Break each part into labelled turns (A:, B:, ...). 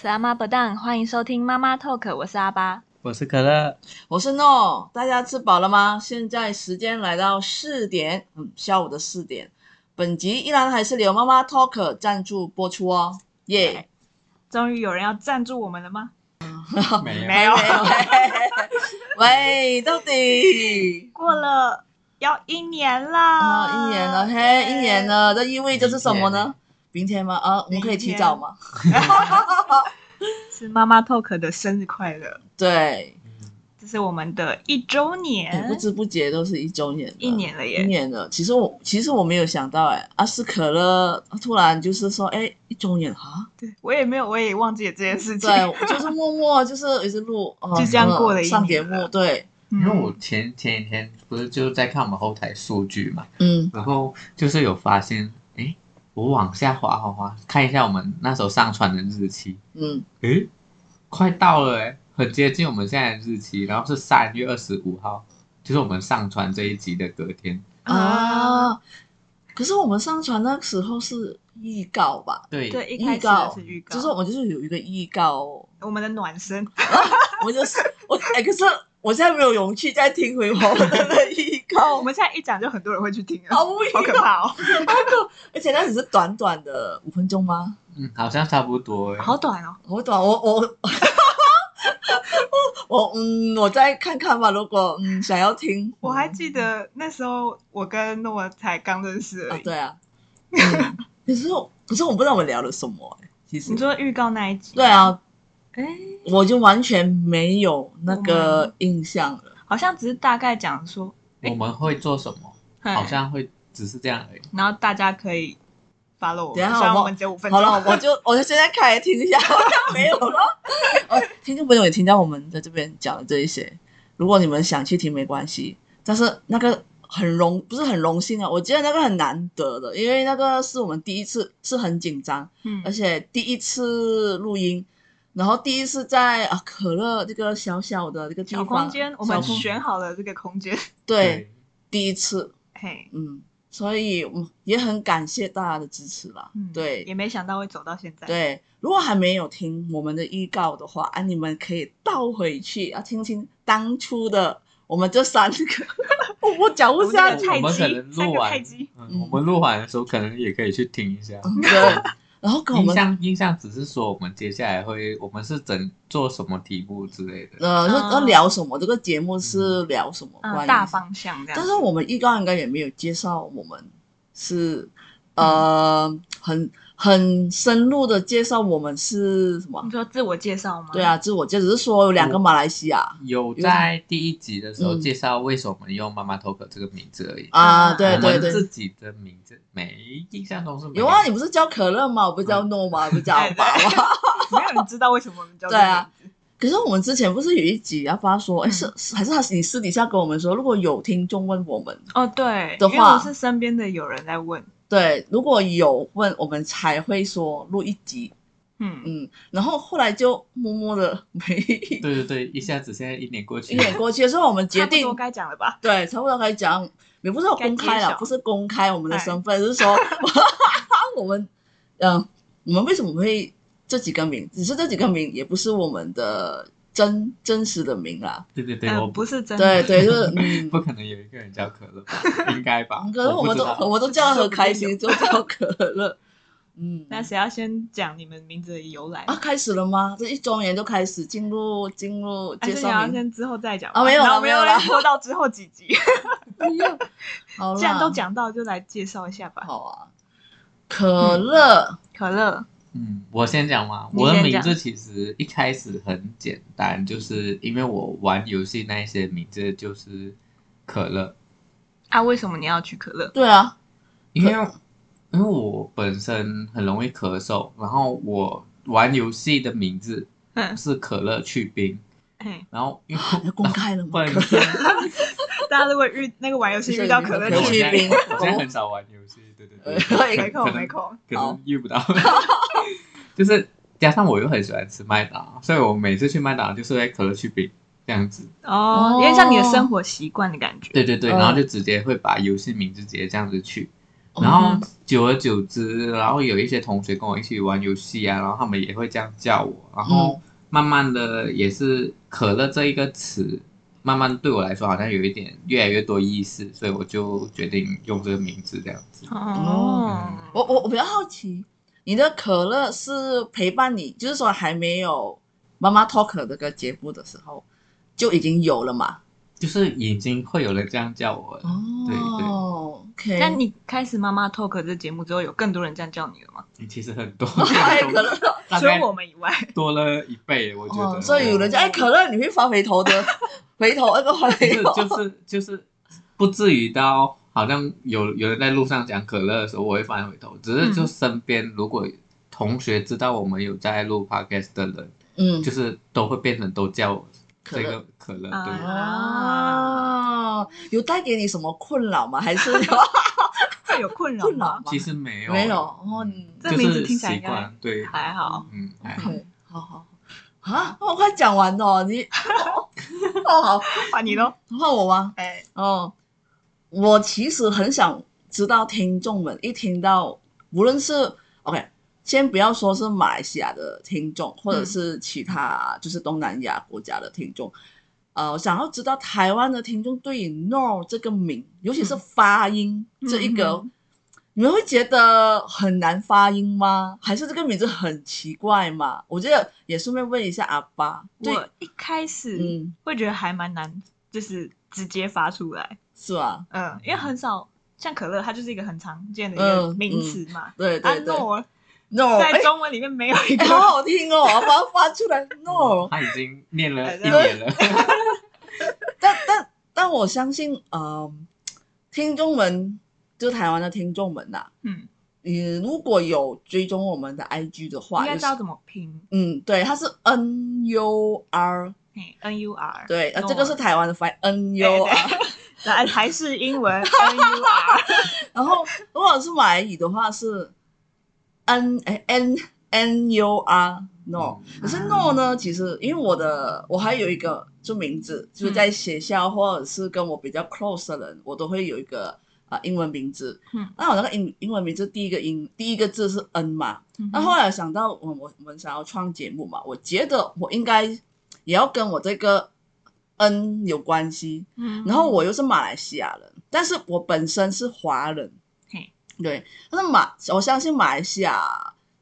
A: 是阿妈不当，欢迎收听妈妈 talk，我是阿巴。
B: 我是可乐，
C: 我是诺，大家吃饱了吗？现在时间来到四点，嗯，下午的四点。本集依然还是由妈妈 Talk 赞助播出哦，耶、
A: 终于有人要赞助我们了吗？
B: 没
A: 没有
C: 喂，到底
A: 过了要一年
C: 啊、
A: 啦，
C: 一年了，嘿，一年了，这意味着是什么
B: 明天
C: 呢？明天吗？啊，我们可以提早吗？
A: 是妈妈 talk 的生日快乐，
C: 对，
A: 这是我们的一周
C: 哎
A: 年，
C: 不知不觉都是一周年了，
A: 一年了
C: 一
A: 耶，
C: 年了。其实我其实我没有想到，哎，阿斯可乐突然就是说，哎，一周年啊，
A: 对我也没有，我也忘记了这件事情，
C: 对，就是默默就是一直录，呃
A: 就这样过了一年
C: 上节目，对，
A: 嗯
B: 因为我前前几天不是就是在看我们后台数据嘛，
C: 嗯，
B: 然后就是有发现，诶，我往下滑滑滑，看一下我们那时候上传的日期，
C: 嗯，
B: 诶，快到了诶，很接近我们现在的日期，然后是三月二十五号，就是我们上传这一集的隔天。
A: 啊，
C: 啊。可是我们上传那时候是预告吧，
B: 对
A: 对，一开始
C: 预告
A: 的是预告，
C: 就是我们就是有一个预告哦，
A: 我们的暖 身，
C: 我就是我哎，可是我现在没有勇气再听回我们的那预告，
A: 我们现在一讲就很多人会去听了，
C: 好无
A: 好可
C: 语，
A: 怕哦，
C: 啊而且那只是短短的五分钟吗？
B: 嗯，好像差不多诶。
A: 好短哦，
C: 我短，我我 我嗯，我再看看吧。如果嗯想要听，
A: 我还记得那时候我跟诺才刚认识而
C: 啊
A: 已，，
C: 对啊，嗯，可是我可是我不知道我们聊了什么、欸，其实
A: 你说预告那一集，
C: 对，啊，
A: 哎，
C: 我就完全没有那
A: 我
C: 个印象了。
A: 好像只是大概讲说，
B: 我们会做什么？
A: 哎
B: 好像会只是这样而已。
A: 然后大家可以 follow 我
C: 等一
A: 们，
C: 下
A: 虽然
C: 我
A: 我们只有五分
C: 好
A: 钟。
C: 了，我就我就现在开来听一下，好像没有 了。哦，听众朋友也听到我们在这边讲的这一些，如果你们想去听没关系，但是那个很荣不是很荣幸啊，我觉得那个很难得的，因为那个是我们第一次，是很紧张，
A: 嗯
C: 而且第一次录音，然后第一次在啊可乐这个小小的这个地
A: 小
C: 方，
A: 空间，我们
C: 小空
A: 选好了这个空间，
C: 对，第一次，
A: 嘿，
C: 嗯，所以我也很感谢大家的支持啦，
A: 嗯，
C: 对
A: 也没想到会走到现在，，
C: 对，如果还没有听我们的预告的话，啊，你们可以倒回去啊，听听当初的我们 这三个，我我讲不下
A: 三
C: 去
A: 个，
B: 我
A: 菜
B: 们可
A: 鸡
B: 能
A: 三
B: 录
A: 个
B: 完
A: 菜鸡，
B: 嗯，我们录完的时候可能也可以去听一下。
C: 对，然后跟我
B: 印
C: 们
B: 象印象只是说我们接下来会，我们是整做什么题目之类的。
C: 呃要要
A: 嗯
C: 聊什么，这个节目是聊什么关
A: 嗯，
C: 于
A: 大方向这样
C: 但
A: 子，
C: 是我们预告应该也没有介绍我们是
A: 嗯
C: 呃很很深入的介绍我们是什么
A: 你？说自我介绍吗？
C: 对，啊，自我介绍只是说有两个马来西亚
B: 有在第一集的时候
C: 嗯
B: 介绍为什么用“妈妈 talk” 这个名字而已。
C: 啊，对
B: 我
C: 对
B: 们
C: 对
B: 自。己的名字没印象中是没
C: 有啊，你不是叫可乐吗？我不是叫诺吗？我不是 叫
A: 哎
C: 阿
A: 对
C: 爸吗？
A: 没有人知道为什么我们叫这个
C: 对啊
A: 名字，
C: 可是我们之前不是有一集阿爸说，哎，
A: 嗯
C: 是是还是他你私底下跟我们说，如果有听众问我们，
A: 哦对，
C: 的
A: 因为我
C: 话
A: 是身边的有人在问，
C: 对，如果有问我们才会说录一集，
A: 嗯，
C: 嗯，然后后来就默默的没
B: 对 对对，一下子现在一年过去
C: 一点过去，所以我们决
A: 差不
C: 定
A: 多该讲了吧？
C: 对，差不多可以讲，也不是说公开
A: 该揭
C: 了
A: 晓，哎
C: 不是公开我们的身份，是说 我们，嗯、我们为什么会这几个名？只是这几个名也不是我们的真真实的名啦。
B: 对对对，
A: 嗯，
B: 我
A: 不是真的，
C: 对对，就是嗯，
B: 不可能有一个人叫可乐 吧，应该吧？
C: 可是我
B: 不
C: 们
B: 知
C: 都
B: 道
C: 我们都叫很开心，就叫可乐。嗯，
A: 那谁要先讲你们名字的由来？
C: 啊，开始了吗？这一周年就开始进入进入
A: 还
C: 介
A: 是你要
C: 绍名，
A: 先之后再讲
C: 啊
A: 吗
C: 没有
A: 然后
C: 啦
A: 我们
C: 没有
A: 要
C: 啦
A: 拖到之后几集，
C: 好啦，
A: 既然都讲到，就来介绍一下吧。
C: 好啊。可乐，
A: 可乐，
B: 嗯，我先讲嘛。
A: 你
B: 我的
A: 先
B: 名
A: 讲
B: 字其实一开始很简单，就是因为我玩游戏那一些名字就是可乐，
A: 啊，为什么你要取可乐？
C: 对啊，
B: 因为因为我本身很容易咳嗽，然后我玩游戏的名字
A: 嗯，
B: 是可乐去冰，
A: 哎，
B: 然后因为
C: 要啊公开了吗？
B: 本
C: 可乐
B: 身
A: 大家如果遇那个玩游戏遇到 可乐
C: 可乐
B: 我
C: 去
A: 去
B: 现
C: 冰哦
B: 在
C: 呃
B: 我现在很少玩游戏，对对对，
A: 没空
B: 可能
A: 没 空，
B: 可
C: 好
B: 能遇不到， 就是加上我又很喜欢吃麦当劳，所以我每次去麦当劳就是会可乐去冰这样子。
A: 哦，有点像你的生活习惯的感觉。
B: 对对对，
C: 嗯
B: 然后就直接会把游戏名字直接这样子去，
C: 哦
B: 然后久而久之，然后有一些同学跟我一起玩游戏啊，然后他们也会这样叫我，然后
C: 嗯
A: 嗯
B: 慢慢的也是可乐这一个词，慢慢对我来说好像有一点越来越多意思，所以我就决定用这个名字这样子。
A: 哦，
C: 我我我比较好奇，你的可乐是陪伴你，就是说还没有妈妈 talk 这个节目的时候就已经有了嘛？
B: 就是已经会有人这样叫我了，对对，
C: 哦，OK，
A: 哦那 你开始妈妈 talk 这节目之后，有更多人这样叫你了吗？
B: 其实很多，
C: 哎可乐，
B: 大
A: 除了
B: 概
A: 我们以外，
B: 多了一倍，我觉得。
C: 哦，所以有人
B: 对
C: 讲哎可乐你会发回头的， 回头那 个回
A: 哦
C: 头，
B: 就是就是就是不至于到好像有有人在路上讲可乐的时候，我会翻回头。只
A: 嗯
B: 是就身边如果同学知道我们有在录 podcast 的人，
C: 嗯，
B: 就是都会变成都叫我
C: 可
B: 这
C: 乐
B: 个可乐，
A: 啊
B: 对。
C: 哦，有带给你什么困扰 吗？还是
A: 会有困扰
C: 困扰
A: 吗
C: 吗？
B: 其实没有，
C: 没有哦嗯
B: 就
A: 这名字
B: 是
A: 听起来
B: 习
A: 应该
B: 惯，对，
A: 还好，
B: 嗯，还好。
C: OK，好好好啊，我快讲完哦，你 哦好，
A: 换你喽。
C: 换我吗？
A: 哎，
C: 哦，我其实很想知道听众们一听到，无论是 OK，先不要说是马来西亚的听众，或者
A: 嗯
C: 是其他就是东南亚国家的听众，呃，我想要知道台湾的听众对于 “no” 这个名，尤其是
A: 嗯
C: 发音这一个，
A: 嗯
C: 你们会觉得很难发音吗？还是这个名字很奇怪吗？我觉得也顺便问一下阿巴，对，
A: 我一开始
C: 嗯，
A: 会觉得还蛮难，就是直接发出来，
C: 是吧？
A: 嗯，因为很少像可乐，它就是一个很常见的一个
C: 嗯
A: 名词嘛。
C: 对嗯对
A: 安
C: 对、
A: 诺
C: n o
A: 啊在中文里面没有一个
C: 哎， 好好听哦，把它发出来。No， 哦
B: 他已经念了
A: 哎
B: 一
A: 对
B: 年了，
A: 嗯
C: 但但但我相信，呃，听众们，就台湾的听众们呐、
A: 嗯，
C: 你如果有追踪我们的 IG 的
A: 应
C: 话，
A: 该
C: 有
A: 知道怎么拼。
C: 嗯，对，它是 N U R，
A: N U R，
C: 对，呃，
A: Nor
C: 这个是台湾的发音 N
A: 对
C: U
A: 对
C: R。
A: 来还是英文 N U R，
C: 然后如果是马来语的话是 N 哎 N N U R
B: 嗯
C: No，可是 No 呢，其实因为我的我还有一个就名字，就是在学校或者是跟我比较 close 的人，我都会有一个啊、呃英文名字。
A: 嗯，
C: 那我那个英英文名字第一个音第一个字是 N 嘛，
A: 嗯
C: 那后来想到我我我们想要创节目嘛，我觉得我应该也要跟我这个 N 有关系，
A: 嗯
C: 然后我又是马来西亚人，但是我本身是华人
A: 嘿，
C: 对，但是马我相信马来西亚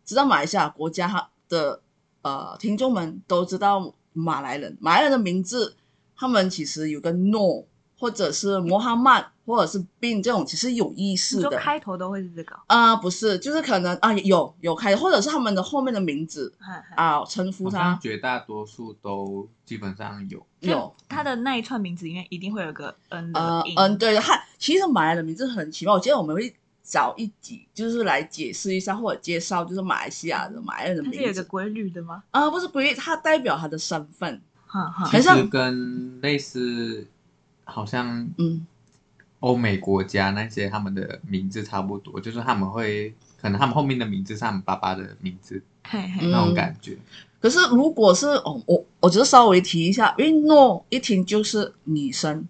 C: 知道马来西亚国家的呃听众们都知道马来人，马来人的名字他们其实有个诺或者是摩哈曼或者是 bin 这种其实有意思
A: 你说
C: 的。
A: 开头都会是这个，
C: 啊、不是，就是可能啊，有有开，或者是他们的后面的名字
A: 嗯嗯
C: 啊，称呼
B: 好像
C: 他
B: 绝大多数都基本上有，
A: 就
C: 有
A: 它的那一串名字里面一定会有个 N
C: 呃
A: 的音，
C: 嗯，对，他其实马来的名字很奇妙，我觉得我们会找一集就是来解释一下或者介绍，就是马来西亚的马来人的
A: 它是有一
C: 名
A: 个
C: 字
A: 规律的吗？
C: 啊、不是不是，它代表他的身份，
A: 哈哈，
C: 很
B: 其
C: 像
B: 实跟类似，好像
C: 嗯
B: 欧美国家那些他们的名字差不多，就是他们会可能他们后面的名字是他们爸爸的名字、
A: 嘿
C: 嗯
A: 嘿，
B: 那种感觉。
C: 可是如果是哦，我我只是稍微提一下，因为诺一听就是女生，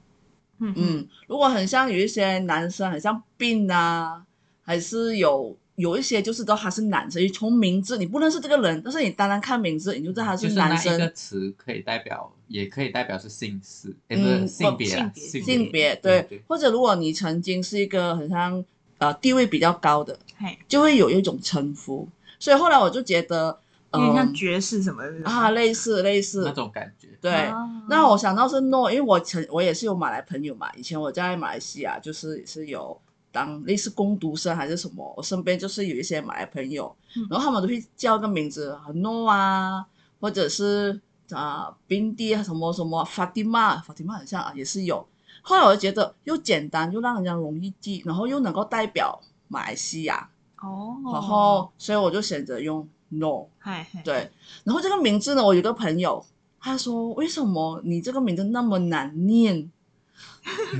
A: 嗯嗯
C: 嗯，如果很像有一些男生，很像病啊，还是有有一些就是都他是男生，因为从名字你不认识这个人，但是你单单看名字你就知道他
B: 嗯就是是
C: 男
B: 那
C: 生
B: 一，个词可以代表，也可以代表是姓氏，哎、
C: 嗯
B: 不
C: 或
B: 是性别啦，
A: 性别
C: 性别
B: 对，
C: 对
B: 对
C: 或者如果你曾经是一个很像呃地位比较高的，
A: 嘿，
C: 就会有一种称呼，所以后来我就觉得，
A: 有点像
C: 嗯、
A: 爵士什么的啊
C: 啊，类似类似
B: 那种感觉。
C: 对。
A: 嗯
C: 那我想到是诺，因为我曾我也是有马来朋友嘛，以前我在马来西亚就是也是有当类似工读生还是什么，我身边就是有一些马来朋友，
A: 嗯
C: 然后他们都会叫一个名字啊诺啊，或者是啊宾迪啊什么什么法蒂玛，法蒂玛很像啊也是有。后来我就觉得又简单又让人家容易记，然后又能够代表马来西亚，
A: 哦，
C: 然后所以我就选择用 no。
A: 嘿嘿，。
C: 对，然后这个名字呢，我有个朋友，他说为什么你这个名字那么难念，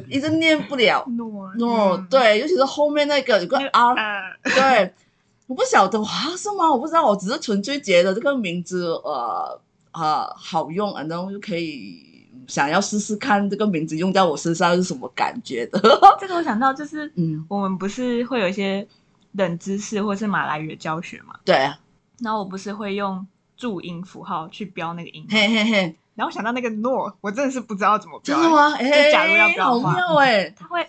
C: 一直念不了
A: 诺嗯
C: 诺、对，尤其是后面那 个有个 R，
A: 啊，
C: 对，我不晓得哇，啊是吗？我不知道，我呃只是纯粹觉得这个名字呃啊、好用，然后就可以想要试试看这个名字用在我身上是什么感觉的。
A: 这个我想到就是
C: 哦嗯，
A: 我们不是会有一些冷知识或是马来语的教学嘛，
C: 对啊，
A: 然后我不是会用注音符号去标那个音，
C: 嘿嘿嘿，
A: 然后我想到那个诺，我真的是不知道怎么标
C: 真，的吗？哎，
A: 就假如要标
C: 好
A: 的话
C: 妙哎、
A: 它会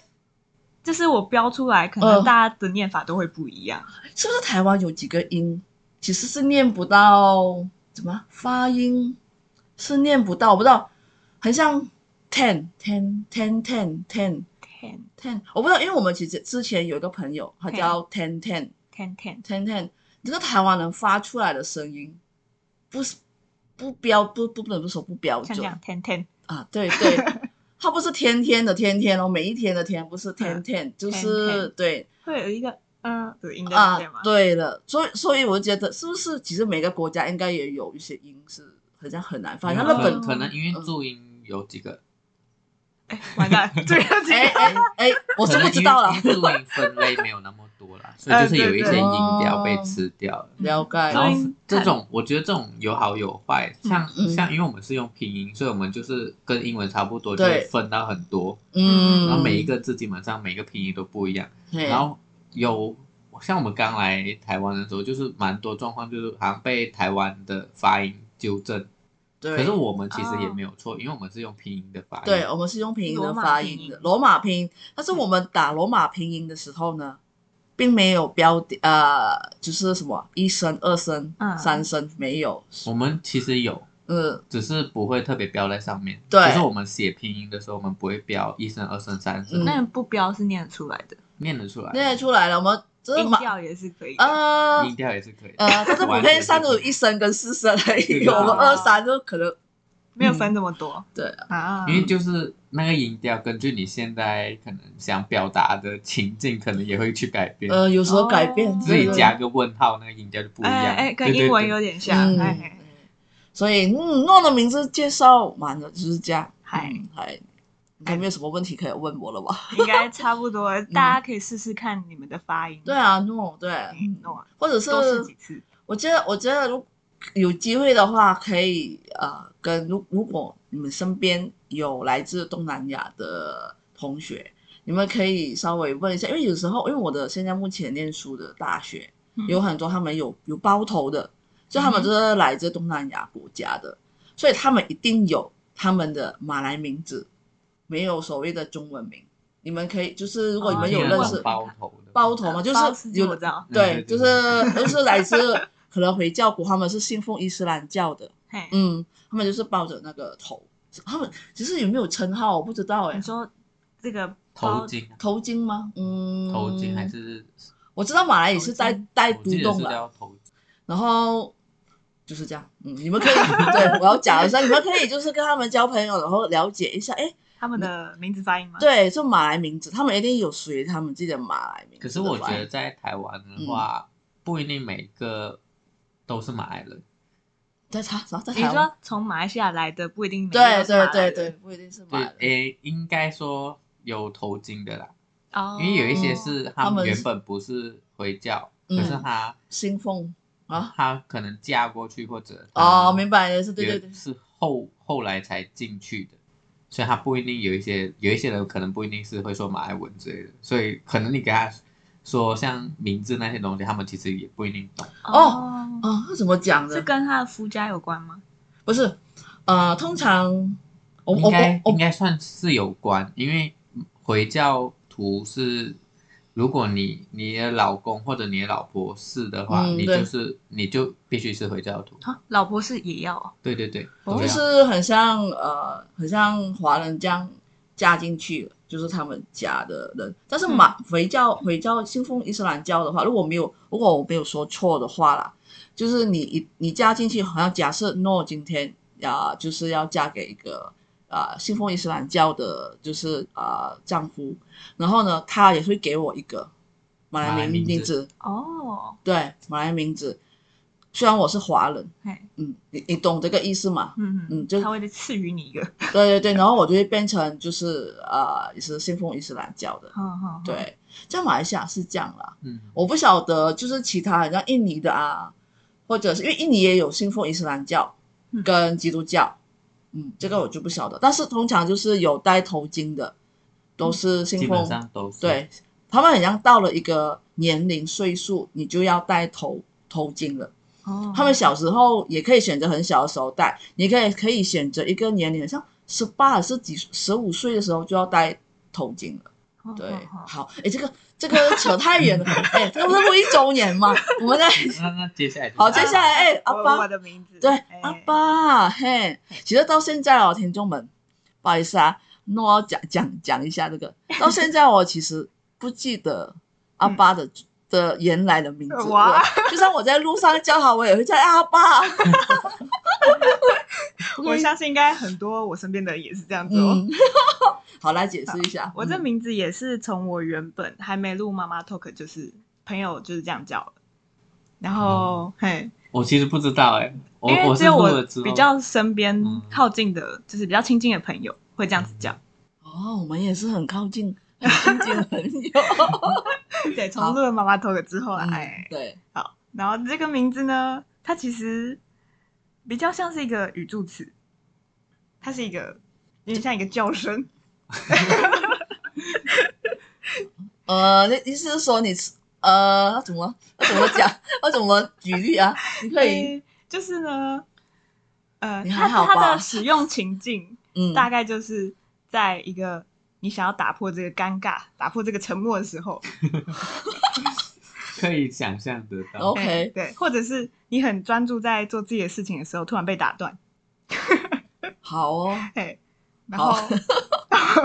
A: 就是我标出来，可能
C: 嗯
A: 大家的念法都会不一样。
C: 是不是台湾有几个音其实是念不到怎么发音是念不到，我不知道，很像 ten ten ten ten ten
A: ten
C: ten，我不知道，因为我们其实之前有一个朋友，他叫 ten ten
A: ten ten，
C: ten ten，这个台湾人发出来的声音不是不标不不不能说不标
A: 像这
C: 准
A: 样 ten ten，
C: 啊，对 对，他不是天天的天天哦，每一天的天不
A: 啊
C: 是天天，就是对。
A: 会有一个嗯的音在
C: 啊
A: 中间吗？，
C: 对了，所以所以我觉得是不是其实每个国家应该也有一些音是很像很难发，像日
A: 那
B: 可
A: 本
C: 本嗯
B: 能可能因为注音有几个，
A: 哎，完 蛋，这个这
C: 哎
A: 个
C: 哎哎，我是不知道了哎
B: 可，能因为因为注音分类没有那么多啦，所以就是有一些音调
C: 哦
B: 被吃掉了。
C: 了解。
A: 对对
B: 然后
A: 注音
B: 这种，我觉得这种有好有坏，像
C: 嗯
B: 像因为我们是用拼音，所以我们就是跟英文差不多，就
C: 对
B: 会分到很多，
C: 嗯，
B: 然后每一个字基本上每个拼音都不一样。
C: 嘿，
B: 然后有像我们刚来台湾的时候，就是蛮多状况，就是好像被台湾的发音纠正。
C: 对，哦
B: 可是我们其实也没有错，因为我们是用拼音的发音。
C: 对，我们是用平音的
A: 罗马
C: 发
A: 拼
C: 音的
A: 音
C: 罗马拼音，但是我们打罗马拼音的时候呢，并没有标点，呃，就是什么一声、二声、
A: 嗯
C: 三声没有，
B: 我们其实有，
C: 嗯，
B: 只是不会特别标在上面。
C: 对
B: 只是我们写拼音的时候，我们不会标一声、二声、三声，
C: 嗯
A: 那个不标是念得出来的，
B: 念得出来。
C: 念出来了，我们这
A: 音
C: 马
A: 调也是可以的。
C: 呃
B: 音调也是可以。
C: 呃，但是普
B: 完全
C: 遍上有
B: 是可以
C: 一声跟四声而已，
B: 是的
C: 我们二三就可能
A: 没有分这么多。
C: 对
A: 啊，
B: 因为就是那个音调，根据你现在可能想表达的情境，可能也会去改变。
C: 呃有时候改变
A: 哦
B: 自己
C: 对
B: 加个问号，那个音调就不一样。
A: 哎哎，
B: 对
A: 跟
B: 对
A: 英文
B: 对
A: 有点像
C: 嗯，，
A: 哎，
C: 所以嗯，诺的名字介绍完了就是这样，
A: 嗨
C: 嗯嗨，应该没有什么问题可以问我了吧？
B: 嗯
A: 应该差不多，大家可以试试看你们的发音。
C: 嗯对，啊，诺对，
A: 嗯，诺
C: 或者是
A: 多试几次。
C: 我觉得，我觉得如有机会的话，可以呃，跟如如果你们身边有来自东南亚的同学，你们可以稍微问一下，因为有时候，因为我的现在目前念书的大学
A: 嗯
C: 有很多他们有有包头的，就他们就是来自东南亚国家的，所以他们一定有他们的马来名字，没有所谓的中文名。你们可以就是，如果你们有
B: 听
A: 哦
B: 得
C: 认
B: 懂
C: 识
B: 包头的
C: 包头嘛，就
A: 包
C: 是
A: 丝巾
C: 有
A: 我知道，
C: 对，
B: 嗯
C: 就
B: 对
C: 是 就是来自可能回教国，他们是信奉伊斯兰教的，
A: 嘿，
C: 嗯，他们就是抱着那个头，他们其实有没有称号我不知道哎、
A: 你说这个
B: 头
A: 包
B: 巾，
C: 头巾吗？嗯，
B: 头巾还是
C: 我知道马来语是带
A: 头巾
C: 带
B: 我
C: 都
B: 记得
C: 洞
B: 是
C: 了，
B: 叫头巾。
C: 然后就是这样，嗯，你们可以 对我要讲一下，你们可以就是跟他们交朋友，然后了解一下，哎，
A: 他们的名字发音吗？，
C: 对，这马来名字，他们一定有属于他们自己的马来名
B: 可
C: 字的
B: 是我觉
C: 吧
B: 得在台湾的话，不一定每个都是马来人，
C: 在他啥在
A: 你
C: 台湾，
A: 说从马来西亚来的不一定每
C: 对
A: 个都是马
C: 对
A: 来
C: 对
A: 人
C: 对，，哎不一定是马
B: 对
C: 来，人，
B: 诶，应该说有头巾的啦，
A: 哦，
B: 因为有一些是他
C: 他
B: 们
C: 们是
B: 原本不是回教，
C: 嗯
B: 可是他
C: 信奉啊。
B: 他可能嫁过去或者
C: 哦，
B: 白，
C: 明白，也是对对对
B: 也，是后后来才进去的。所以他不一定有一些，有一些人可能不一定是会说马来文之类的，所以可能你给他说像名字那些东西，他们其实也不一定懂。
A: 哦，
C: 哦，他怎么讲
A: 是
C: 的？
A: 跟他的夫家有关吗？
C: 不是，呃，通常我我
B: 应该
C: 我
B: 应该算是有关，因为回教徒是，如果你你的老公或者你的老婆是的话，
C: 嗯
B: 你
C: 对
B: 就是你就必须是回教徒。
A: 啊，老婆是也要哦，
B: 对对对，啊
A: 哦
B: 都
C: 就
B: 要
C: 是很像呃，很像华人这样嫁进去了，就是他们家的人。但是嗯马回教回教信奉伊斯兰教的话，如果没有如果我没有说错的话啦，就是你一你嫁进去，好像假设诺今天啊、就是要嫁给一个。啊，信奉伊斯兰教的，就是啊丈夫，然后呢，他也会给我一个马
B: 马
C: 来
B: 来
C: 名
B: 名字
C: 字，
A: 哦，
C: 对，马来名字。虽然我是华人，
A: 嘿，
C: 嗯，你你懂这个意思吗？
A: 嗯
C: 嗯就是
A: 他会赐予你一个，
C: 对对对，然后我就会变成就是呃，也是信奉伊斯兰教的。
A: 好好，好，
C: 对，在马来西亚是这样啦。
B: 嗯，
C: 我不晓得，就是其他像印尼的啊，或者是因为印尼也有信奉伊斯兰教
A: 嗯
C: 跟基督教，嗯，这个我就不晓得。但是通常就是有戴头巾的，都是信
B: 基
C: 奉
B: 本上都是。
C: 对他们好像到了一个年龄岁数，你就要戴头头巾了。
A: 哦
C: 他们小时候也可以选择很小的时候戴，你可以可以选择一个年龄，像十八还是几十五岁的时候就要戴头巾了。
A: 哦
C: 对
A: 哦，哦
C: 好，哎，这个这个扯太远了，哎，这不是录一周年嘛？我们在
B: 那那接下来就是啊
C: 好，接下来哎，阿
A: 我
C: 巴
A: 我的名字
C: 对
A: 哎，
C: 阿爸嘿，其实到现在哦，听众们，不好意思啊，那我要讲讲讲一下这个。到现在哦我其实不记得阿爸的、的原来的名字，
A: 嗯哇
C: 我就算我在路上叫他，我也会叫哎阿爸。
A: 我相信应该很多我身边的人也是这样子哦。
C: 嗯， 好，来解释一下，
A: 我这
C: 嗯
A: 名字也是从我原本还没录妈妈 talk，就是朋友就是这样叫的。然后，嘿，
B: 我其实不知道哎、嗯我
A: 因为
B: 我
A: 只
B: 是
A: 有
B: 录
A: 我
B: 了之后
A: 比较身边
B: 嗯
A: 靠近的，就是比较亲近的朋友会这样子叫。
C: 哦，我们也是很靠近，很亲近的 朋友。
B: 嗯
A: 对，从录了妈妈 talk 之后啊，
C: 嗯
A: 哎，，
C: 对，
A: 好，然后这个名字呢，它其实比较像是一个语助词，它是一个有点像一个叫声。
C: 呃，那意思是说你吃呃，要怎么要怎么讲， 要怎么举例啊？你可以，
A: 诶就是呢，呃，
C: 你
A: 它
C: 还好
A: 它
C: 吧
A: 的使用情境
C: 嗯，
A: 大概就是在一个你想要打破这个尴尬、打破这个沉默的时候
B: 可以想象得到。
C: 哦 OK
A: 哎对，或者是你很专注在做自己的事情的时候，突然被打断，
C: 好哦。
A: 嘿，然
C: 好
A: 后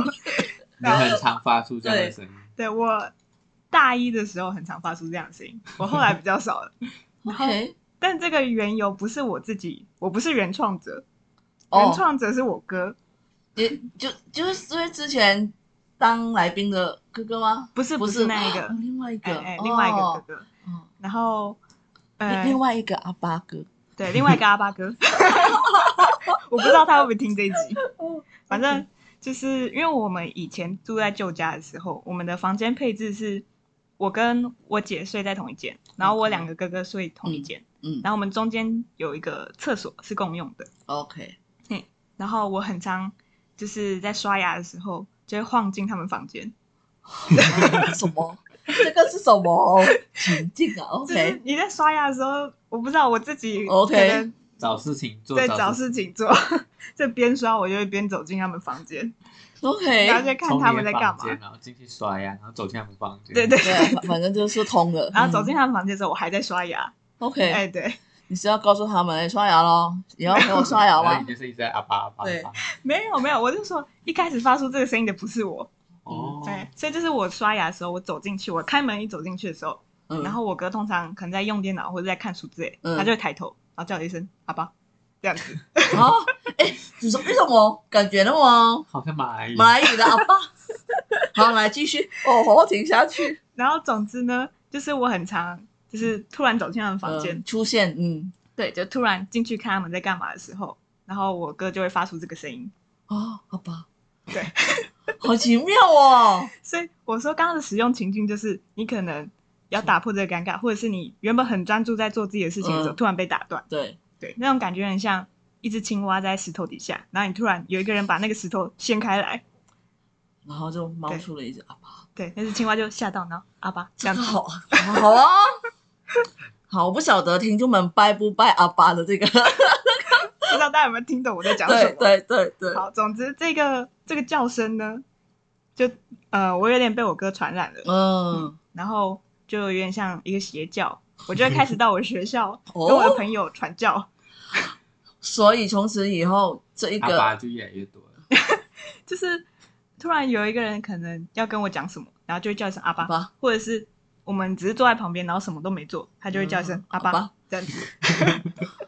B: 你很常发出这样的
C: 对
B: 声音，
A: 对我大一的时候很常发出这样的声 音，我后来比较少了，
C: OK，
A: 但这个缘由不是我自己，我不是原创者，原
C: 哦，
A: 创者是我哥，
C: 也就就是因为之前当来宾的哥哥吗？
A: 不是
C: 不
A: 是那一个
C: 哦，另外一
A: 哎
C: 个
A: 哎，，另外一个哥
C: 哦
A: 哥，
C: 哦
A: 然后呃
C: 另另外一个阿巴 哥，
A: 对，另外一个阿巴哥， 我不知道他会不会听这一集。反正就是因为我们以前住在旧家的时候，我们的房间配置是我跟我姐睡在同一间，然后我
C: OK
A: 两个哥哥睡同一间，
C: 嗯
A: 然后我们中间有一个厕所是共用的。
C: 哦，OK，
A: 然后我很常就是在刷牙的时候就会晃进他们房间，
C: 什么？这个是什么哦情境啊
A: 就是
C: ？OK，
A: 你在刷牙的时候，我不知道我自己
C: OK
A: 可能
B: 找事情做，
A: 在找事情做，就边刷我就会边走进他们房间，然后
C: OK，
A: 就看他们在干嘛。
B: 从你的房间嗯然后进去刷牙，然后走进他们房间。
A: 对对
C: 对，反反正就是通的。
A: 然后
B: 嗯
A: 走进他们房间的时候，我还在刷牙。
C: 嗯 OK，
A: 哎，对，
C: 你是要告诉他们哎刷牙咯，你要陪我刷牙
A: 啊
B: 然后
C: 吗
B: 你？就是一直在阿巴阿巴
C: 对
B: 阿巴。
A: 没有没有，我就说一开始发出这个声音的不是我，
B: 哦，
A: 嗯对，所以就是我刷牙的时候，我走进去，我开门一走进去的时候，
C: 嗯，
A: 然后我哥通常可能在用电脑或者在看书之类，
C: 嗯
A: 他就会抬头，然后叫我一声“阿爸”，这样子。
C: 好，哎，你说为什么感觉那么
B: 好像马来语。
C: 马来语的阿爸？好，来继续，哦，我要停下去。
A: 然后总之呢，就是我很常就是突然走进他们房间，
C: 嗯出现，嗯，
A: 对，就突然进去看他们在干嘛的时候，然后我哥就会发出这个声音。
C: 哦，好吧，
A: 对，
C: 好奇妙哦，
A: 所以我说刚刚的使用情境就是你可能要打破这个尴尬，或者是你原本很专注在做自己的事情的时候，
C: 嗯
A: 突然被打断，
C: 对，
A: 对，那种感觉很像一只青蛙在石头底下，然后你突然有一个人把那个石头掀开来，
C: 然后就冒出了一只阿爸，
A: 对，那只青蛙就吓到，然后阿巴这
C: 这
A: 样
C: 个
A: 子，
C: 好，好啊，好，我不晓得听众们拜不拜阿爸的这个，
A: 不知道大家有没有听懂我在讲什
C: 对
A: 么？
C: 对对对，
A: 好，总之这个这个叫声呢，就呃，我有点被我哥传染了，
C: 嗯，
A: 然后就有点像一个邪教，我就会开始到我学校跟
C: 哦
A: 我的朋友传教。
C: 所以从此以后这一
B: 阿巴
C: 个，
B: 就越来越 多了。
A: 就是突然有一个人可能要跟我讲什么，然后就会叫一声阿巴，
C: 阿巴
A: 或者是我们只是坐在旁边，然后什么都没做，他就会叫一声
C: 嗯
A: 阿巴、
C: 阿巴
A: 这样子。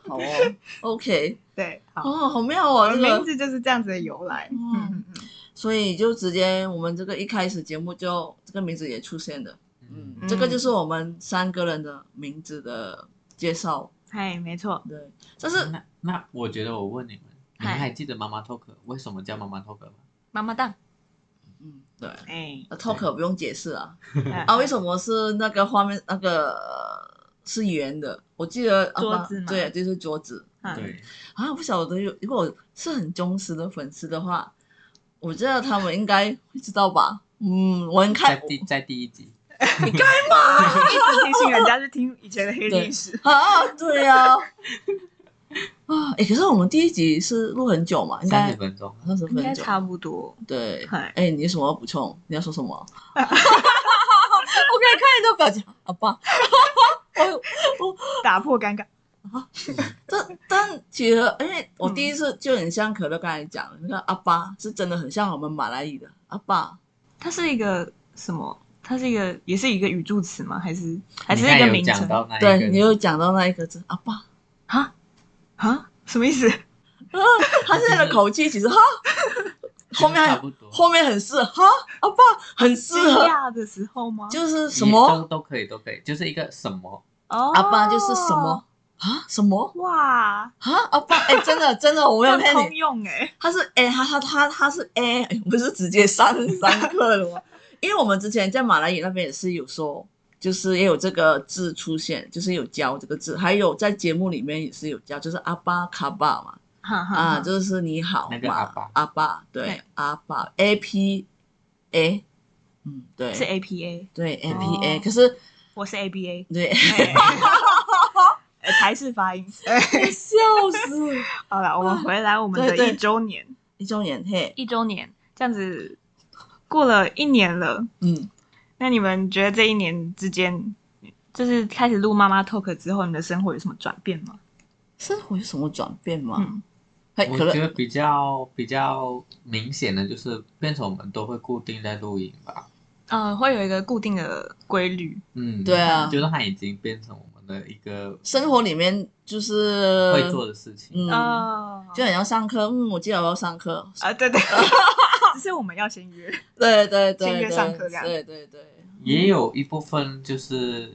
C: 好哦 ，OK，
A: 对，好，
C: 哦，好妙
A: 我
C: 哦，
A: 的
C: 这
A: 名
C: 个，
A: 字就是这样子的由来。嗯嗯嗯
C: 所以就直接我们这个一开始节目就这个名字也出现了，嗯，这个就是我们三个人的名字的介绍，
A: 嗨，没错，
C: 对，但是。
B: 那那我觉得我问你们，你
A: 嗨
B: 们还记得妈妈 talk 为什么叫妈妈 talk 吗？
A: 妈妈蛋，
C: 嗯，对
A: 哎，
C: 那，talk 不用解释啊。啊，
A: 啊
C: 为什么是那个画面那个呃是圆的？我记得啊
A: 桌子吗
C: 对，就是桌子。
A: 嗯，
B: 对，
C: 啊，不晓得有，如果是很忠实的粉丝的话，我觉得他们应该会知道吧。嗯，我很
B: 在
C: 看
B: 第在第一集，
A: 一直提醒人家去听以前的黑历史。
C: 啊，对呀、啊，啊，哎、可是我们第一集是录很久嘛，应
B: 三
C: 该
B: 十分钟，
C: 三十
A: 应该
C: 分钟，
A: 差不多，
C: 对。
A: 嗨，
C: 哎、你有什么要补充？你要说 什么？我可以看你的表情，好 吧？
A: 打破尴尬。
C: 但但其实，因为我第一次
A: 嗯
C: 就很像可乐刚才讲的，那个阿爸是真的很像我们马来语的阿爸，
A: 它是一个什么？它是一个，也是一个语助词吗？还是还是
B: 你
A: 一
B: 看
A: 个
B: 有
A: 名
B: 讲
A: 称？
B: 到那一
C: 对
B: 个，
C: 你有讲到那一个字阿 爸，
A: 哈哈，什么意思？
C: 啊他现在的口气其实哈，后面
B: 差
C: 还
B: 不多，
C: 后面很适合哈，阿爸很适
A: 惊
C: 合，
A: 讶的时候吗？
C: 就是什
B: 都
C: 么
B: 都可以，都可以，就是一个什么，
A: 哦，
C: 阿爸就是什
B: 哦
C: 么啊什么
A: 哇，
C: 啊阿爸哎、真的真的我没有
A: 很
C: 骗
A: 通
C: 你，
A: 用哎，
C: 他是哎、他他他他是哎、哎我是直接上上课了 吗？因为我们之前在马来语那边也是有说，就是也有这个字出现，就是有教这个字，还有在节目里面也是有教，就是阿爸卡爸嘛，
A: 哈哈
C: 啊，
A: 哈
C: 就是你好
B: 那个
C: 嘛
B: 阿爸
C: 阿爸，
A: 嗯
C: 对
A: 对，
C: 阿爸，A P A，嗯，对，
A: 是 APA，
C: 对 A P A，
A: 哦
C: 可是
A: 我是 ABA，
C: 对，
A: 哎 哎台式发音。哎
C: 笑死，
A: 好了，我们回来我们
C: 对对
A: 的一周年，
C: 一周年嘿，
A: 一周年这样子过了一年了。
C: 嗯，
A: 那你们觉得这一年之间，就是开始录妈妈 talk 之后，你的生活有什么转变吗？
C: 生活有什么转变吗？
A: 嗯，
C: 嘿，
B: 我
C: 哎可
B: 觉
C: 乐，
B: 得比较比较明显的就是变成我们都会固定在录影吧，
A: 呃，会有一个固定的规律，
B: 嗯，
C: 对啊
B: 就是它已经变成我们的一个
C: 生活里面就是
B: 会做的事情，
C: 嗯
A: 哦，
C: 就很要上课，嗯，我记得我要上课，
A: 啊，对对，只是我们要先约，
C: 对对对，
A: 先约
C: 对
A: 上课这样
C: 对对对，
B: 也有一部分就是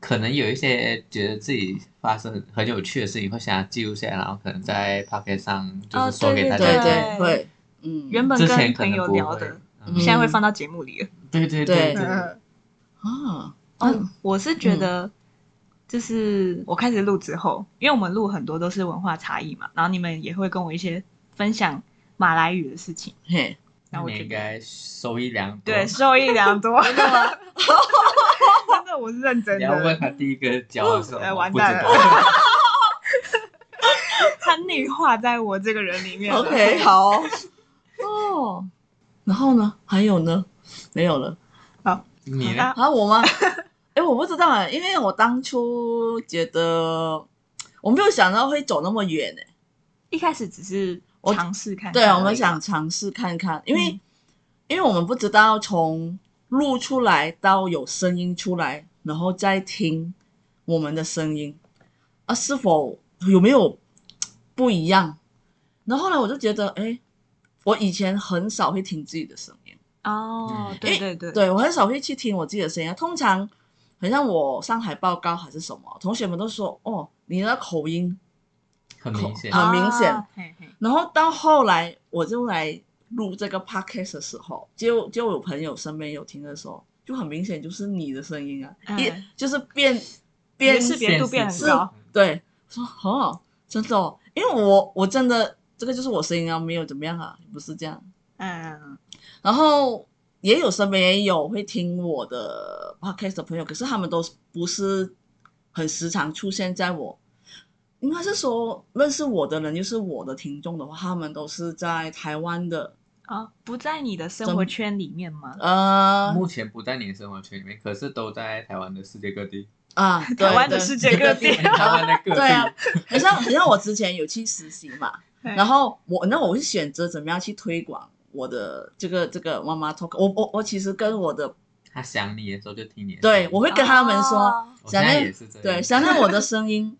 B: 可能有一些觉得自己发生很有趣的事情，会想要记录下来，然后可能在 p o c k e t 上就是说给大家
C: 啊对
A: 对
B: 听。
C: 对会，嗯，
A: 原本
B: 之前
A: 跟
B: 可
A: 朋
B: 能
A: 友
B: 不
A: 聊
B: 会
A: 的，，
B: 嗯
A: 现在会放到节目里了。
B: 对对
C: 对
B: 对，
A: 嗯
C: 啊，
A: 哦，我是觉得，就是我开始录之后，因为我们录很多都是文化差异嘛，然后你们也会跟我一些分享马来语的事情，
C: 嘿，
A: 然
B: 那
A: 后我
B: 你
A: 觉
B: 应
A: 得
B: 该收益良多。
A: 对，受益良多。嗯 真的吗？真的，我是认真
B: 你要问
A: 的。
B: 他第一个教的时候，
A: 哎
B: 我
A: 完
B: 不知
A: 蛋
B: 道。
A: 它内化在我这个人里面了。
C: OK，好 哦，哦，然后呢？还有呢？没有了
B: 你
A: 好
B: 呢
A: 的？
C: 啊？我吗？ 哎，我不知道哎，因为我当初觉得我没有想到会走那么远哎。
A: 一开始只是
C: 我
A: 尝试看看
C: 对，
A: 而已
C: 啊
A: 啊
C: 我们想尝试看看，因为、
A: 嗯
C: 因为我们不知道从录出来到有声音出来，然后再听我们的声音啊，是否有没有不一样？然后后来我就觉得，哎，我以前很少会听自己的声音，
A: 哦
B: 嗯，
A: 对对对，
C: 对我很少会去听我自己的声音啊，通常很像我上台报告还是什么，同学们都说，哦，你的口音
B: 很明显，
C: 啊很明显
A: 啊嘿嘿
C: 然后到后来，我就来录这个 podcast 的时候，就就有朋友身边有听的时候，就很明显就是你的声音啊，
A: 嗯
C: 一就是变
A: 辨
C: 变
A: 识别度变很
B: 是
A: 高，
C: 对，我说哦，真的哦，因为我我真的这个就是我声音啊，没有怎么样啊，不是这样。
A: 嗯，
C: 然后也有身边也有会听我的 podcast 的朋友，可是他们都不是很时常出现在我，应该是说认识我的人，就是我的听众的话，他们都是在台湾的，
A: 啊，不在你的生活圈里面吗？
C: 呃
B: 目前不在你的生活圈里面，可是都在台湾的世界各地，
C: 啊，对
A: 台湾的
C: 对
A: 世界 各地
B: 台湾的各
C: 对啊
B: 地，，
C: 很像很像我之前有去实习嘛，
A: 对
C: 然后我那我会选择怎么样去推广我的这个这个妈妈 talk，我我我其实跟我的
B: 他想你的时候就听你的声音。
C: 对我会跟他们说。
A: 哦
B: 我
C: 想
B: 现
C: 念
B: 在也是这样。
C: 对，想想我的声音，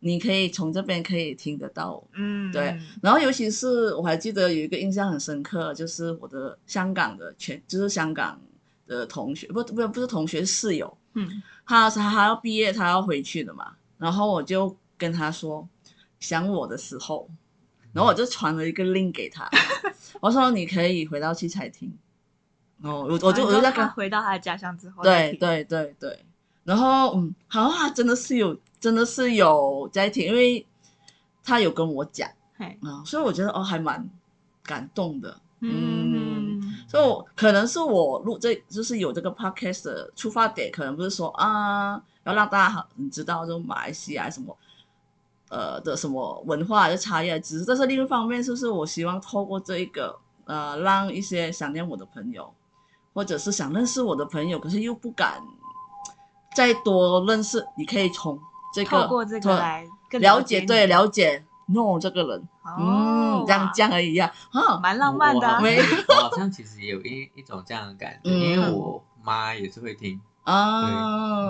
C: 你可以从这边可以听得到。
A: 嗯，
C: 对然后，尤其是我还记得有一个印象很深刻，就是我的香港的全，就是香港的同学，不不不是同学室友，
A: 嗯，
C: 他他要毕业，他要回去的嘛。然后我就跟他说，想我的时候，然后我就传了一个 link 给他，我说你可以回到器材听。哦，我我就我就在
A: 让
C: 跟
A: 他回到他的家乡之后再
C: 对
A: 听，
C: 对对对，然后嗯，好啊，真的是有，真的是有在听，因为他有跟我讲，
A: 嘿，
C: 嗯，所以我觉得哦，还蛮感动的。
A: 嗯，
C: 所以我可能是我录这就是有这个 podcast 的出发点，可能不是说啊要让大家好你知道，就马来西亚什么呃的什么文化的差异，只是这是另一方面，是不是我希望透过这一个呃，让一些想念我的朋友，或者是想认识我的朋友，可是又不敢再多认识，你可以从这个
A: 透过这个
C: 对
A: 来更
C: 了
A: 解
C: 解，
A: 你
C: 对了解 no 这个人，
A: 哦
C: 嗯，这样这样而已呀、啊，
A: 蛮浪漫的啊
B: 我
C: 没
B: 我好像其实也有一一种这样的感觉，
C: 嗯
B: 因为我妈也是会听，
C: 啊，
B: 对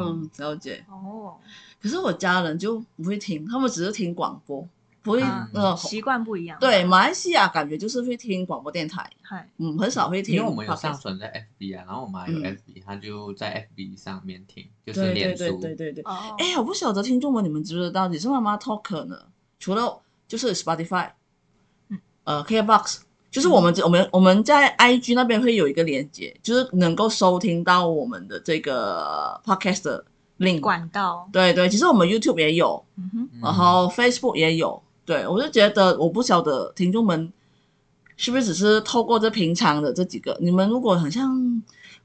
B: 嗯
C: 了解。
A: 哦，
C: 可是我家人就不会听，他们只是听广播，不会
B: 啊
A: 嗯
C: 呃，
A: 习惯不一样，
C: 对，马来西亚感觉就是会听广播电台，
A: 嗨，
C: 嗯，很少会听 podcast。
B: 因为我们有上传在 FB 啊，然后我妈有
C: 嗯
B: FB，、她就在 FB 上面听，就是
C: 对对
B: 脸
C: 对
B: 书，
C: 对对对。
A: 哦，
C: 哎，我不晓得听众们你们知不知道，你是妈妈 talker 呢？除了就是 Spotify，
A: 嗯
C: 呃，KBox，就是我们这我们我们在 IG 那边会有一个连接，就是能够收听到我们的这个 podcast 的 link。
A: 管道，
C: 对对，其实我们 YouTube 也有，
A: 嗯哼，
B: 嗯
C: 然后 Facebook 也有。对，我就觉得我不晓得听众们是不是只是透过这平常的这几个，你们如果很像，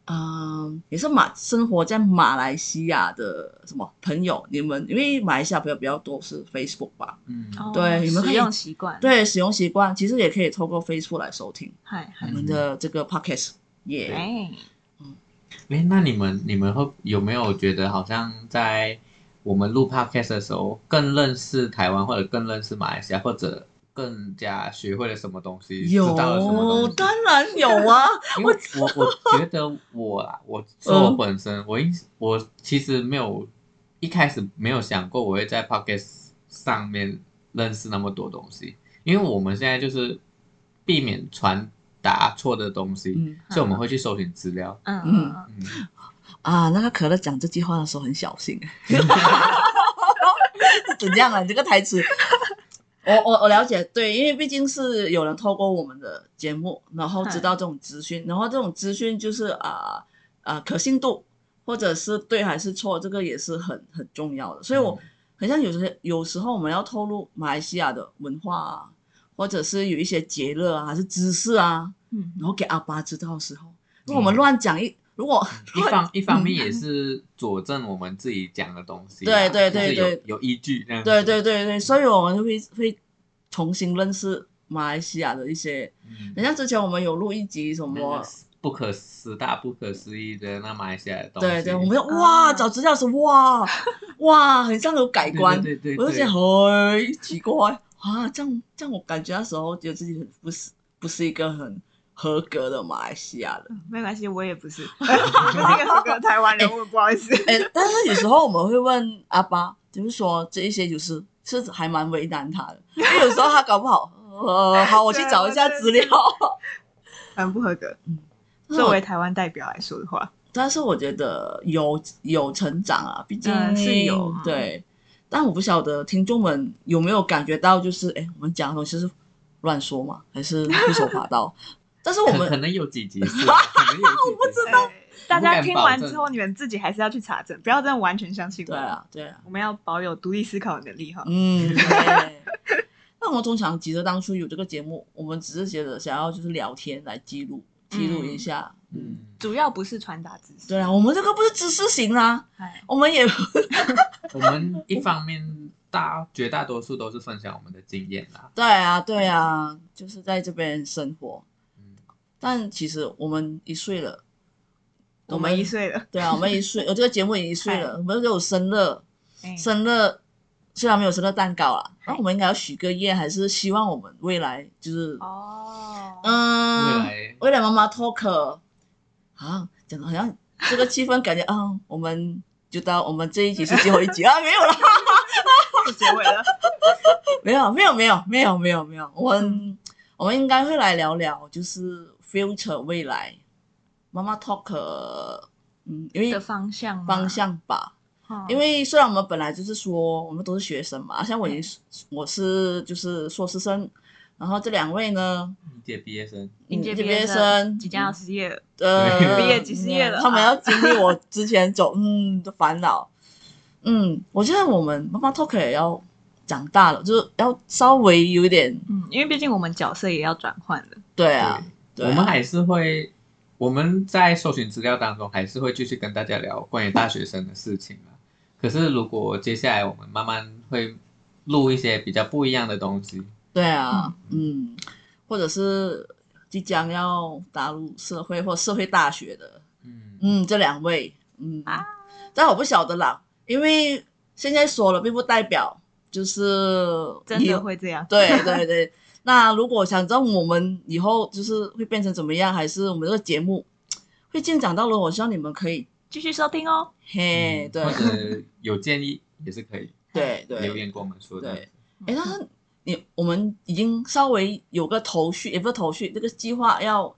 C: 嗯、也是马生活在马来西亚的什么朋友，你们因为马来西亚朋友比较多是 Facebook 吧？
B: 嗯，
A: 哦
C: 对你们可
A: 使
C: 以
A: 用习惯，，
C: 对，使用习惯其实也可以透过 Facebook 来收听
A: 嗨嗨
C: 我，们
B: 嗯
C: 的这个 Podcast 耶、
A: 哎，
B: 哎，那你们你们会有没有觉得好像在我们录 podcast 的时候，更认识台湾，或者更认识马来西亚，或者更加学会了什么东西，知道了什么
C: 有，
B: 东西
C: 当？然 有嗯啊，
B: 因为我我觉得我啊，我说我本身，我一我其实没有一开始没有想过我会在 podcast 上面认识那么多东西，因为我们现在就是避免传达错的东西，
C: 嗯
B: 所以我们会去搜寻资料。
A: 嗯
C: 嗯
A: 嗯，
B: 嗯。
C: 啊，那个可乐讲这句话的时候很小心， 是怎样啊？你这个台词， 我我我了解，对，因为毕竟是有人透过我们的节目，然后知道这种资讯，然后这种资讯就是啊啊、可信度或者是对还是错，这个也是很很重要的。所以我很像有时有时候我们要透露马来西亚的文化、啊，或者是有一些节日啊，还是知识啊，
A: 嗯
C: 然后给阿爸知道的时候，如果我们乱讲一，如果
B: 一方一方面也是佐证我们自己讲的东西啊，
C: 嗯对对对
B: 就是
C: 对
B: 有有依据这样子。
C: 对对对对，所以我们会会重新认识马来西亚的一些，
B: 嗯，
C: 人家之前我们有录一集什
B: 那个
C: 么，
B: 不可思大不可思议的那马来西亚的东西，
C: 对对，我们就
A: 啊
C: 哇找资料时哇哇，很像有改
B: 对
C: 观，
B: 对对对，
C: 我就
B: 对
C: 觉得很奇怪啊，这样这样我感觉那时候觉得自己很不是不是一个很合格的马来西亚人。
A: 没关系，我也不是， 我是一个合格的台湾人，我不好意思，
C: 哎，但是有时候我们会问阿爸，就是说这一些就是是还蛮为难他的，因为有时候他搞不好，呃，好，我去找一下资料。
A: 很不合格。
C: 那
A: 作
C: 嗯
A: 为台湾代表来说的话，
C: 但是我觉得有有成长啊，毕竟、
A: 嗯是有嗯
C: 对。但我不晓得听众们有没有感觉到，就是哎，我们讲的东西是乱说嘛，还是胡说八道？但是我
B: 可可
C: 们
B: 能有几 集是啊，可能有几集我不知
A: 对大家听完之后，你们自己还是要去查证，不要真的完全相信我
C: 对。啊，对啊，
A: 我们要保有独立思考的能力哈。
C: 嗯。对 那我通常记得当初有这个节目，我们只是觉得想要就是聊天来记录记录一下，嗯
B: 嗯，
A: 主要不是传达知识，
C: 对啊，我们这个不是知识型啦，
A: 哎，
C: 我们也，
B: 我们一方面大绝大多数都是分享我们的经验啦
C: 对啊，对啊，就是在这边生活。
B: 嗯
C: 但其实我们一岁了，
A: 我们一， 岁了，
C: 对啊，我们一岁，我这个节目也一岁了，我们都有生日，
A: 哎
C: 生日虽然没有生日蛋糕啦，
A: 嗨
C: 那我们应该要许个愿，还是希望我们未来就是，
A: 哦，
B: 未
C: 嗯，
B: 来
C: 未来妈妈 talk 啊，讲的好像这个气氛感觉，嗯，我们就到我们这一集是最后一集啊，没有啦。
A: 就结尾了，
C: 没有，没有，没有，没有，没有，没有。我
A: 嗯
C: 们我们应该会来聊聊，就是 future 未来，妈妈 talk，呃嗯，因
A: 的
C: 为
A: 方向吗
C: 方，向
A: 哦
C: 吧。因为虽然我们本来就是说我们都是学生嘛，像我已
A: 对
C: 经是我是就是硕士生，然后这两位呢，
B: 应届毕业生，
A: 迎接
C: 嗯
A: 毕
C: 业
A: 业
C: 生
A: 即将要失业了，
C: 呃，
A: 毕业几十页了
C: 他们要经历我 之前走嗯的烦恼。嗯，我觉得我们妈妈 talk 也要长大了，就是要稍微有一点
A: 嗯，因为毕竟我们角色也要转换了。
C: 对啊，对
B: 我们
C: 啊，
B: 还是会，我们在搜寻资料当中还是会继续跟大家聊关于大学生的事情啊。可是如果接下来我们慢慢会录一些比较不一样的东西，
C: 对啊，嗯，或者是即将要打入社会或社会大学的，
B: 嗯
C: 嗯，这两位，嗯
A: 啊，
C: 但我不晓得啦，因为现在说了，并不代表就是
A: 真
C: 以
A: 的会这样，
C: 对对对。 那如果想知道我们以后就是会变成怎么样，还是我们这个节目会进展到了，我希望你们可以
A: 继续收听哦。
C: 嘿，
B: 嗯
C: 对
B: 或者有建议也是可以
C: 对对，
B: 留言跟我们说的
C: 对。
A: 哦
C: 哎，
A: 嗯
C: 但是你我们已经稍微有个头绪，也不是头绪，这个计划要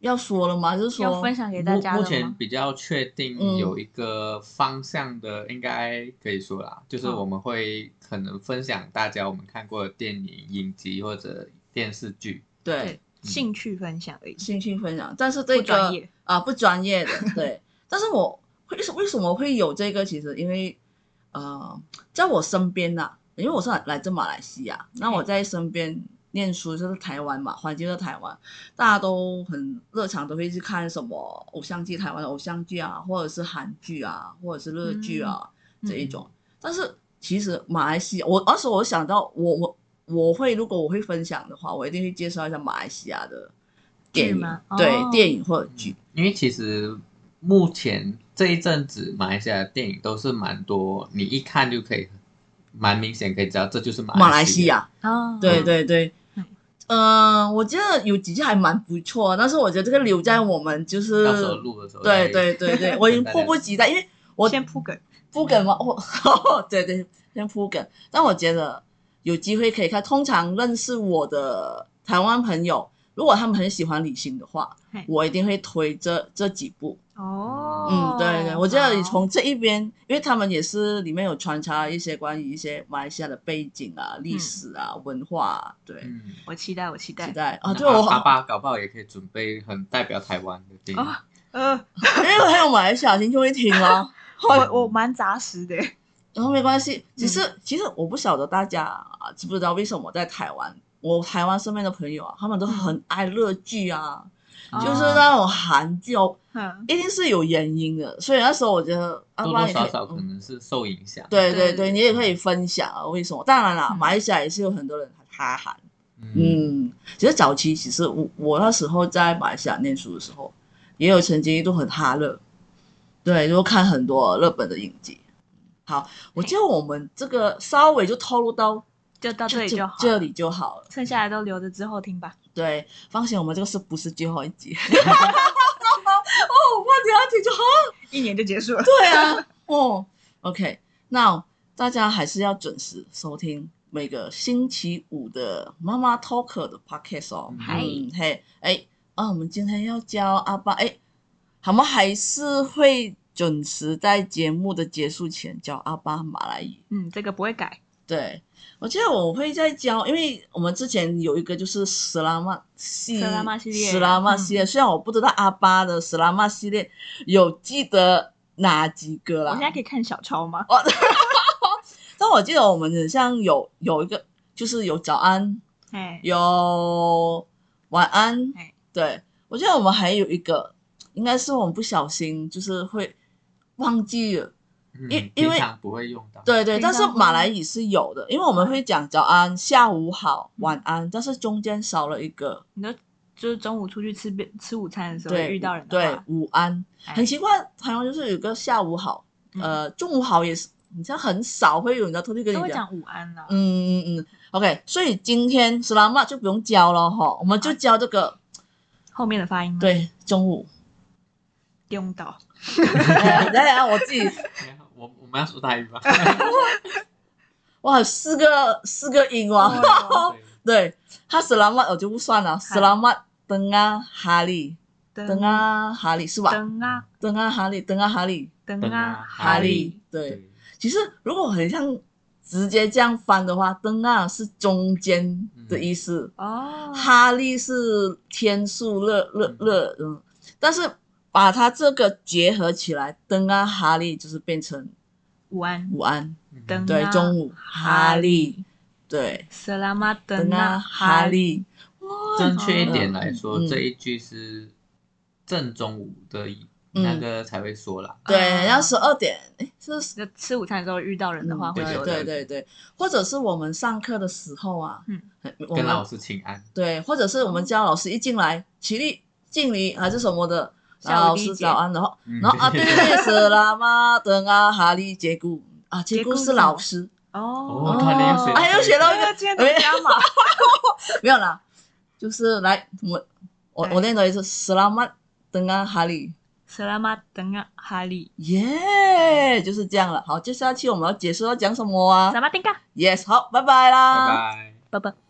C: 要说了吗？就是
A: 要
C: 说，
A: 分享给大
B: 目
A: 家
B: 目
A: 了
B: 前
A: 吗？
B: 比较确定
C: 嗯
B: 有一个方向的，应该可以说啦，就是
A: 好
B: 我们会可能分享大家我们看过的电影、影集或者电视剧。
C: 对，
A: 兴趣分享而已。
C: 兴趣分享，但是这
A: 不专
C: 个
A: 业
C: 啊不专业的，对。但是我为什为什么会有这个？其实因为呃，在我身边呐、因为我是来来自马来西亚，那
A: 嗯
C: 我在身边念书就是台湾嘛，环境在台湾，大家都很热常都会去看什么偶像剧，台湾的偶像剧啊，或者是韩剧啊，或者是日剧啊、
A: 嗯
C: 这一种。但是其实马来西亚，我而且我想到我我我会如果我会分享的话，我一定会介绍一下马来西亚的电
A: 剧
C: 影
A: 吗，
C: 对、
A: 哦
C: 电影或者剧，
B: 因为其实目前这一阵子马来西亚的电影都是蛮多，你一看就可以，蛮明显可以知道这就是马
C: 马来
B: 来
C: 西
B: 亚。
C: 亚，
A: 啊，
C: 对对对
A: 嗯。
C: 嗯、我觉得有几季还蛮不错，但是我觉得这个留在我们就是，
B: 到时候录的时候再，
C: 对 对对对，我已经
B: 跟大家
C: 迫不及待，因为我
A: 先铺梗。
C: 铺梗嘛，我 对对，先铺梗。但我觉得有机会可以看。通常认识我的台湾朋友，如果他们很喜欢旅行的话
A: 嘿，
C: 我一定会推这这几部。
A: 哦，
C: 嗯，对对，我觉得你
A: 好
C: 从这一边，因为他们也是里面有穿插一些关于一些马来西亚的背景啊、历史啊、文化啊，对，
B: 嗯，
A: 我期待，我期待
C: 期。待啊，
B: 那
C: 对我
B: 爸
C: 好，
B: 爸搞不好也可以准备很代表台湾的电影。
C: 啊
A: 哦呃，
C: 因为还有马来西亚听众会听 哦。
A: 我我蛮杂食的，
C: 然后没关系，
B: 嗯
C: 其实、其实我不晓得大家啊知不知道为什么在台湾，我台湾身边的朋友啊，他们都很爱热剧啊，就是
B: 嗯哦
C: 那种韩剧哦，
A: 嗯，
C: 一定是有原因的。所以那时候我觉得，啊，
B: 多多
C: 不然你
B: 少
C: 可以
B: 少可
C: 嗯
B: 能是受影响。
C: 对
A: 对
C: 对对，你也可以分享啊，为什么？当然啦，
A: 嗯
C: 马来西亚也是有很多人哈韩，
B: 嗯，
C: 嗯，其实早期其实我我那时候在马来西亚念书的时候，也有曾经一度很哈热，对，就看很多日本的影集。好，我觉得我们这个稍微就透露到
A: 就到这里
C: 就
A: 就好，
C: 这里就好了。
A: 剩下来都留着之后听吧。
C: 对，放心，我们这个是不是最后一 集？哦，我你要听就好。
A: 一年就结束了，
C: 对啊，哦，OK，那大家还是要准时收听每个星期五的妈妈 Talker 的 Podcast 哦。
B: 嗨
C: 嗯嘿，哎，啊，我们今天要教阿爸，哎，我们还是会准时在节目的结束前教阿爸马来语。
A: 嗯，这个不会改。
C: 对，我记得我会在教，因为我们之前有一个就是史拉曼系
A: 史拉曼系列嗯
C: 史拉曼系列，虽然我不知道阿巴的史拉曼系列有记得哪几个
A: 我
C: 啦哦
A: 现，在可以看小抄吗？
C: 但我记得我们很像有有一个就是有早安，
A: 哎，
C: 有晚安
A: 哎，
C: 对我记得我们还有一个，应该是我们不小心就是会忘记了。
B: 嗯
C: 因因
B: 平
C: 为
B: 常不会用到。
C: 对对，
A: 平
C: 但是
A: 常会
C: 马来语是有的，因为我们会讲早安、下午好、晚
A: 嗯
C: 安，但是中间少了一个
A: 你都就是中午出去吃便吃午餐的时候
C: 对
A: 遇到人的
C: 对
A: 话，
C: 午安，
A: 哎
C: 很奇怪，台湾就是有个下午好，
A: 嗯
C: 呃，中午好也是，你像很少会有人家特地跟
A: 都
C: 你
A: 会
C: 讲。
A: 讲午安啦。
C: 嗯嗯嗯，OK，所以今天斯拉曼就不用教了哈，我们就教这个
A: 后面的发音吗，
C: 对中午。
A: 丢到
C: 哎呀，等一下我自己
B: 我我们要说台语 吧。
C: 哇，四个四个音哇，哦
B: 对
C: 对，他斯拉曼我就不算了，斯拉曼登啊哈利登
A: 灯
C: 啊哈利是吧？
A: 灯啊
C: 等啊哈利，等啊哈利，
A: 灯
B: 灯
A: 啊
B: 啊
A: 哈
C: 哈
A: 利
C: 利，，对。，其实如果很像直接这样翻的话，登啊是中间的意思，
A: 哦，
C: 哈利是天数热热热，嗯。但是把它这个结合起来，登啊哈利就是变成
A: 午安，
C: 午安，
B: 嗯
A: 灯
C: 对，
A: 啊
C: 中午哈
A: 哈
C: 利，对，
A: 色拉玛
C: 等
A: 登
C: 啊哈，利，
B: 正确一点来说，
C: 嗯
B: 这一句是正中午的
C: 嗯
B: 那个才会说啦。
C: 对，要
A: 啊
C: 十二点，哎，是
A: 就吃午餐的时候遇到人的话
C: 嗯
A: 会
C: 对
A: 说
B: 说
A: 的，
C: 对
B: 的
C: 对对，或者是我们上课的时候啊，
A: 嗯哦
C: 很，我
B: 跟
C: 们
B: 老师请安，
C: 对，或者是我们叫老师一进来，起立敬礼还是什么的，然后
A: 下午
C: 老
A: 理
C: 师
A: 解
C: 早安，然 后
B: 嗯
C: 然后啊，对对对， 是啦嘛，等啊哈利杰古啊，杰
A: 杰
C: 古
A: 古是
C: 是
A: 什
C: 老
A: 么
C: 师，
A: 哦
B: 哦，他连学
C: 哎，又学到一个，
A: 今天的加 码，
C: 没有啦，就是来我们我我
A: 来
C: 练的是斯拉曼等啊哈利。
A: 色拉玛登啊哈利，
C: 耶就是这样了。好，接下去我们要解释要讲什么啊
A: 萨马丁嘎，
C: ？Yes，好，拜拜啦，
B: 拜拜。
A: 拜拜。